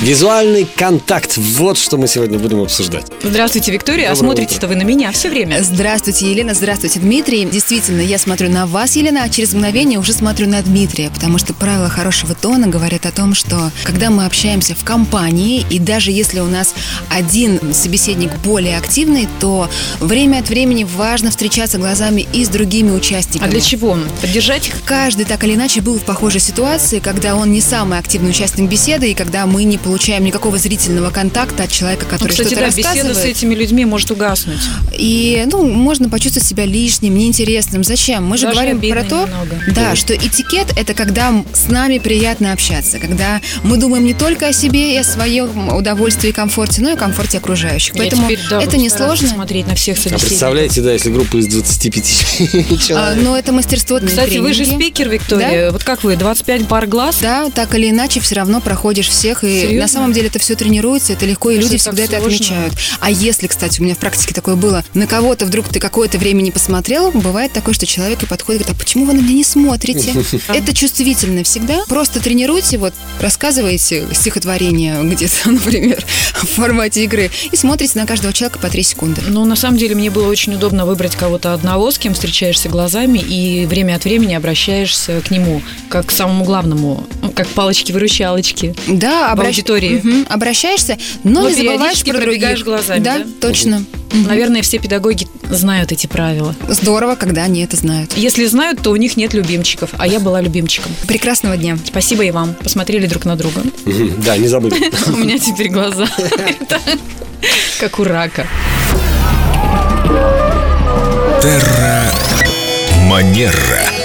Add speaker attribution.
Speaker 1: Визуальный контакт. Вот что мы сегодня будем обсуждать.
Speaker 2: Здравствуйте, Виктория. а
Speaker 1: Доброе
Speaker 2: смотрите-то вы на меня все время.
Speaker 3: Здравствуйте, Елена. Здравствуйте, Дмитрий. Действительно, я смотрю на вас, Елена, а через мгновение уже смотрю на Дмитрия, потому что правила хорошего тона говорят о том, что когда мы общаемся в компании, и даже если у нас один собеседник более активный, то время от времени важно встречаться глазами и с другими участниками.
Speaker 2: А для чего? Поддержать их?
Speaker 3: Каждый так или иначе был в похожей ситуации, когда он не самый активный участник беседы и когда мы не получаем никакого зрительного контакта от человека,
Speaker 2: Ну,
Speaker 3: который
Speaker 2: Кстати,
Speaker 3: что-то
Speaker 2: да,
Speaker 3: рассказывает.
Speaker 2: беседа с этими людьми может угаснуть.
Speaker 3: И, ну, можно почувствовать себя лишним, неинтересным. Зачем? Мы же
Speaker 2: Даже
Speaker 3: говорим
Speaker 2: обидно
Speaker 3: про то,
Speaker 2: немного.
Speaker 3: да, что этикет – это когда с нами приятно общаться, когда мы думаем не только о себе и о своем удовольствии и комфорте, но и о комфорте окружающих.
Speaker 2: Я
Speaker 3: Поэтому
Speaker 2: теперь, да,
Speaker 3: это
Speaker 2: буду
Speaker 3: несложно.
Speaker 2: стараться смотреть на
Speaker 1: А
Speaker 2: всех собеседников.
Speaker 1: представляете, да, если группа из 25
Speaker 3: А,
Speaker 1: человек.
Speaker 3: но это мастерство на
Speaker 2: Кстати, вы же
Speaker 3: тренинге.
Speaker 2: спикер, Виктория. Вот как вы, 25 пар глаз?
Speaker 3: Да, так или иначе, все равно проходишь всех. И
Speaker 2: Серьезно?
Speaker 3: на самом деле это все тренируется, это легко, и
Speaker 2: Это
Speaker 3: люди
Speaker 2: же так
Speaker 3: всегда это
Speaker 2: сложно.
Speaker 3: отмечают. А если, кстати, у меня в практике такое было, на кого-то вдруг ты какое-то время не посмотрел, бывает такое, что человек и подходит и говорит, а почему вы на меня не смотрите? Это чувствительно всегда. Просто тренируйте, вот, рассказывайте стихотворение где-то, например, в формате игры, и смотрите на каждого человека по три секунды.
Speaker 2: Ну, на самом деле, мне было очень удобно выбрать кого-то одного, с кем встречаешься глазами, и время от времени обращаешься к нему, как к самому главному, ну, как палочки-выручалочки.
Speaker 3: Да,
Speaker 2: В аудитории.
Speaker 3: Мгм, обращаешься, но,
Speaker 2: Но
Speaker 3: не забываешь
Speaker 2: периодически
Speaker 3: про
Speaker 2: пробегаешь
Speaker 3: других.
Speaker 2: глазами, да?
Speaker 3: точно. Мгм.
Speaker 2: Наверное, все педагоги знают эти правила.
Speaker 3: Здорово, когда они это знают.
Speaker 2: Если знают, то у них нет любимчиков, а я была любимчиком.
Speaker 3: Прекрасного дня.
Speaker 2: Спасибо и вам. Посмотрели друг на друга.
Speaker 1: Мгм, Да, не забыли.
Speaker 2: У меня теперь глаза так, как у рака.
Speaker 4: Манера.